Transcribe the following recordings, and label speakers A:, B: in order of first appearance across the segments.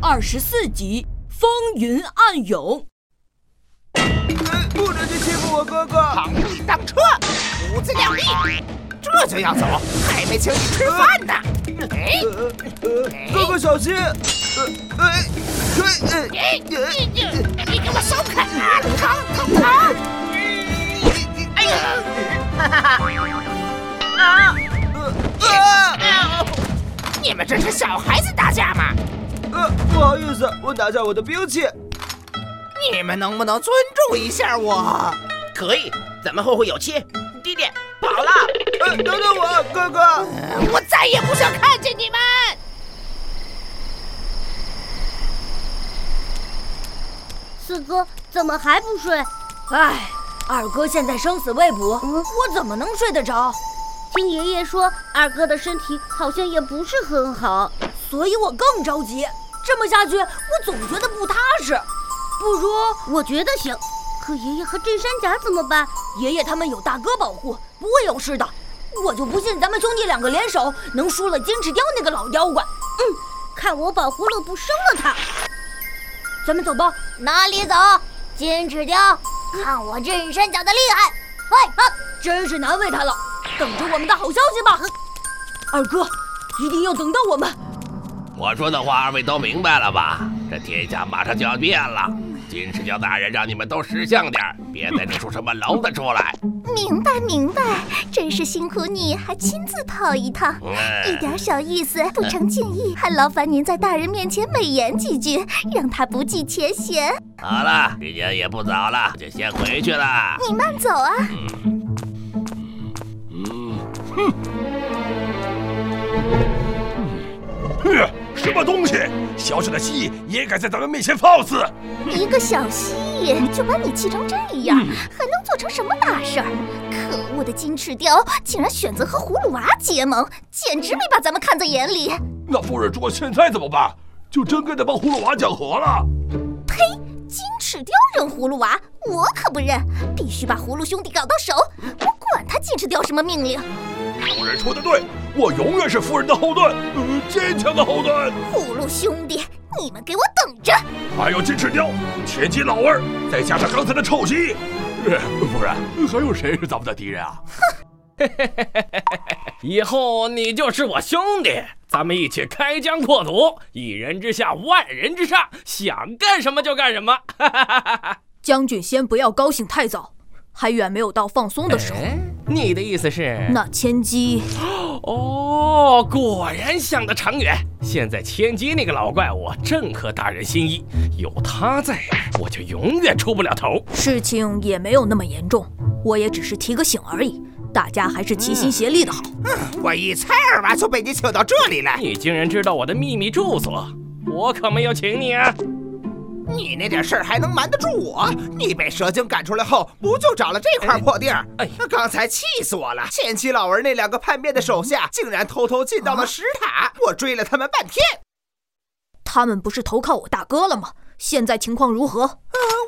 A: 二十四集《风云暗涌》。
B: 哎不准去欺负我哥哥！
C: 螳臂当车，五子两立，这就要走，还没请你吃饭呢。哎，
B: 呃哥哥小心！呃哎哎
C: 哎，你你你给我松开！啊！疼疼疼！哎呀，哈哈！
B: 呃
C: 啊！你们这是小孩子打架吗？
B: 呃，不好意思，我打下我的呃兵器。
C: 你们能不能尊重一下我？
D: 可以，咱们后会有期。弟弟，跑了！
B: 呃，等等我，哥哥、
C: 呃，我再也不想看见你们。
E: 四哥怎么还不睡？
F: 唉，二哥现在生死未卜，嗯、我怎么能睡得着？
E: 听爷爷说，二哥的身体好像也不是很好，
F: 所以我更着急。这么下去，我总觉得不踏实。不如
E: 我觉得行，可爷爷和镇山甲怎么办？
F: 爷爷他们有大哥保护，不会有事的。我就不信咱们兄弟两个联手能输了金翅雕那个老妖怪。
E: 嗯，看我保葫芦不生了他。
F: 咱们走吧。
G: 哪里走？金翅雕，看我镇山甲的厉害！喂，
F: 啊，真是难为他了。等着我们的好消息吧，二哥，一定要等到我们。
H: 我说的话，二位都明白了吧？这天下马上就要变了，金翅角大人让你们都识相点，别在这出什么娄子出来。
I: 明白明白，真是辛苦你，还亲自跑一趟，
F: 哎
I: 嗯、一点小意思不成敬意，还劳烦您在大人面前美言几句，让他不计前嫌。
H: 好了，时间也不早了，就先回去了。
I: 你慢走啊。嗯
J: 哼、嗯！ 什么东西？小小的蜥蜴也敢在咱们面前放肆！
I: 一个小蜥蜴就把你气成这样，嗯、还能做成什么大事儿？可恶的金翅雕竟然选择和葫芦娃结盟，简直没把咱们看在眼里！
J: 那不是我现在怎么办？就真跟他帮葫芦娃讲和了？
I: 呸！金翅雕认葫芦娃，我可不认，必须把葫芦兄弟搞到手！我管他金翅雕什么命令！
J: 夫人说的对，我永远是夫人的后盾，呃，坚强的后盾。
I: 葫芦兄弟，你们给我等着！
J: 还有金翅雕、田鸡老二，再加上刚才的臭鸡，呃，夫人，还有谁是咱们的敌 人啊？
K: 哼，以后你就是我兄弟，咱们一起开疆拓土，一人之下，万人之上，想干什么就干什么。
L: 将军先不要高兴太早，还远没有到放松的时候。哎
K: 你的意思是，
L: 那千机？
K: 哦，果然想得长远。现在千机那个老怪物正合大人心意，有他在，我就永远出不了头。
L: 事情也没有那么严重，我也只是提个醒而已。大家还是齐心协力的好。
C: 嗯、我一猜二娃就被你请到这里来，
K: 你竟然知道我的秘密住所，我可没有请你啊！
C: 你那点事儿还能瞒得住我？你被蛇精赶出来后，不就找了这块破地儿？哎，刚才气死我了！前妻老儿那两个叛变的手下，竟然偷偷进到了石塔，啊、我追了他们半天。
L: 他们不是投靠我大哥了吗？现在情况如何？
C: 呃，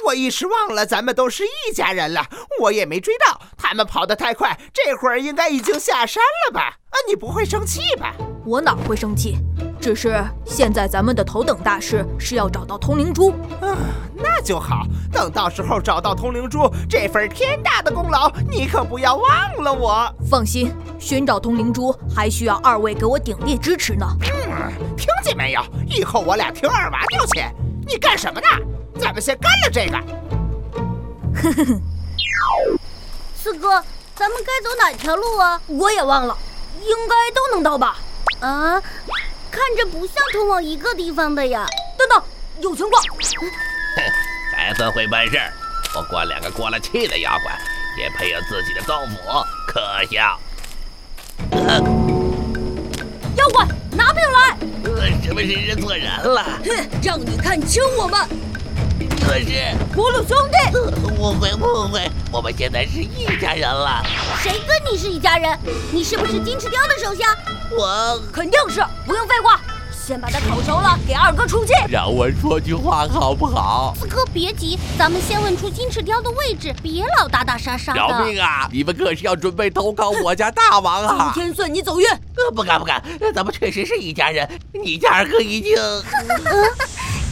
C: 我一时忘了，咱们都是一家人了，我也没追到。他们跑得太快，这会儿应该已经下山了吧？啊，你不会生气吧？
L: 我哪会生气？只是现在咱们的头等大事是要找到通灵珠
C: 啊，那就好。等到时候找到通灵珠，这份天大的功劳你可不要忘了我。
L: 放心，寻找通灵珠还需要二位给我鼎力支持呢。
C: 嗯，听见没有？以后我俩听二娃调遣。你干什么呢？咱们先干了这个。
E: 呵呵呵。四哥，咱们该走哪条路啊？
F: 我也忘了，应该都能到吧？
E: 啊。看着不像通往一个地方的呀！
F: 等等，有情况！
H: 哼，还算会办事儿。我关两个过了气的妖怪，也配有自己的豆腐，可笑！
F: 呃、
L: 妖怪，拿命来！
H: 呃，什么人人做人了？
F: 哼，让你看清我们！
H: 可是
F: 葫芦兄弟，
C: 嗯
H: 误会误会，我们现在是一家人了。
E: 谁跟你是一家人？你是不是金翅雕的手下？
H: 我
F: 肯定是，不用废话，先把它烤熟了，给二哥出气。
H: 让我说句话好不好？
E: 四哥别急，咱们先问出金翅雕的位置，别老打打杀杀的。
H: 饶命啊！你们可是要准备投靠我家大王啊！
F: 今天算你
H: 呃
F: 走运。
H: 不敢不敢，咱们确实是一家人，你家二哥已经。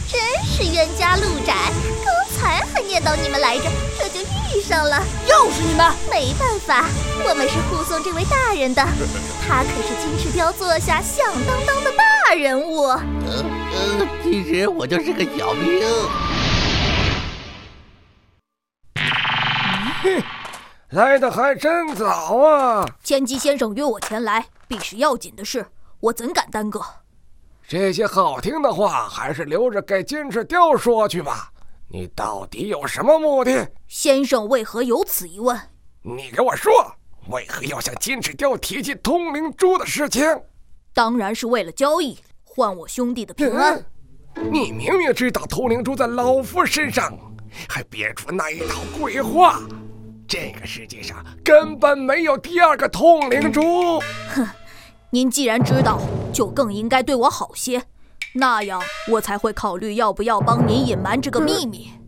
M: 真是冤家路窄，刚才还念叨你们来着，这就遇上了。
N: 又是你们！
M: 没办法，我们是护送这位大人的，他可是金翅雕座下响当当的大人物。
H: 呃呃，其实我就是个小兵。
K: 哼，来的还真早啊！
F: 千机先生约我前来，必是要紧的事，我怎敢耽搁？
K: 这些好听的话还是留着给金翅雕说去吧。你到底有什么目的？
F: 先生为何有此一问？
K: 你给我说，为何要向金翅雕提起通灵珠的事情？
F: 当然是为了交易，换我兄弟的平安。
K: 嗯、你明明知道通灵珠在老夫身上，还憋出那一套鬼话。这个世界上根本没有第二个通灵珠。
F: 哼。您既然知道，就更应该对我好些，那样我才会考虑要不要帮您隐瞒这个秘密。
K: 嗯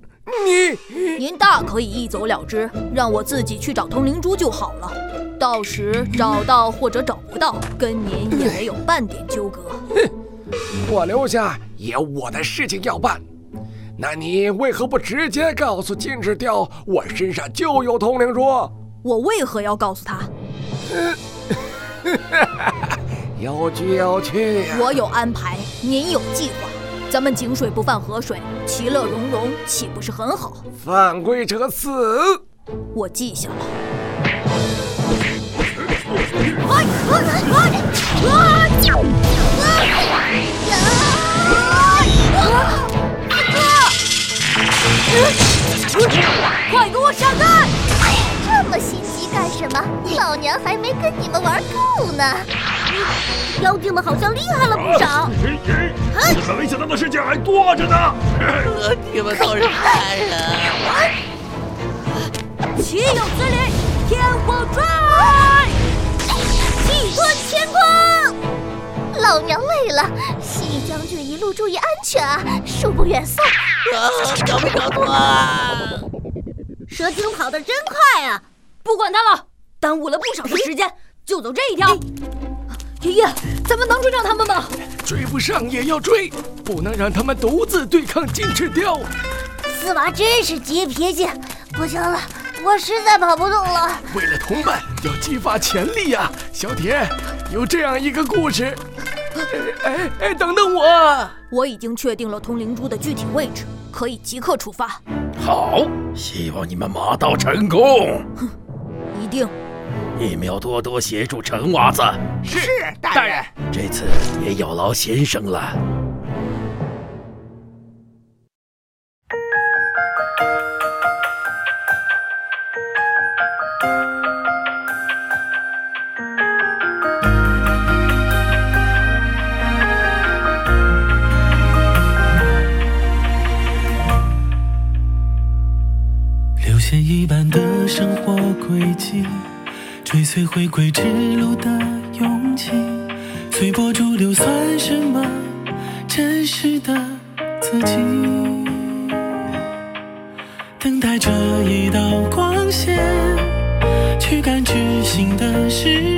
K: 你，
F: 您大可以一走了之，让我自己去找通灵珠就好了。到时找到或者找不到，跟您也没有半点纠葛。
K: 哼，我留下也有我的事情要办。那你为何不直接告诉金翅雕，我身上就有通灵珠？
F: 我为何要告诉他？呃
K: 有趣有趣、啊，
F: 我有安排，您有计划，咱们井水不犯河水，其乐融融，岂不是很好？
K: 犯规者死，
F: 我记下了。
N: 快给我闪开！
M: 这么心急干什么？老娘还没跟你们玩够呢！
N: 妖精们好像厉害了不
M: 啊
N: 少。
J: 你们没想到的事情还多着呢！
D: 你们都是坏
N: 人！岂有此理！天火转，
M: 气吞乾坤！老娘累了，西将军一路注意安全啊，恕不远送。
D: 搞没搞错啊？
N: 蛇精跑得真快啊！不管他了，耽误了不少的时间，就走这一条。
F: 哎
N: 爷爷，咱们能追上他们吗？
J: 追不上也要追，不能让他们独自对抗金翅雕。
G: 四娃真是急脾气，不行了，我实在跑不动了。
J: 为了同伴，要激发潜力呀、啊！小铁，有这样一个故事。哎哎，等等我！
F: 我已经确定了通灵珠的具体位置，可以即刻出发。
J: 好，希望你们马到成功。
F: 哼，一定。
J: 你们要多多协助陈娃子。
C: 是大人，
J: 这次也有劳先生了。
O: 流线一般的生活轨迹。追随回归之路的勇气，随波逐流算什么真实的自己？等待这一道光线，去感知新的世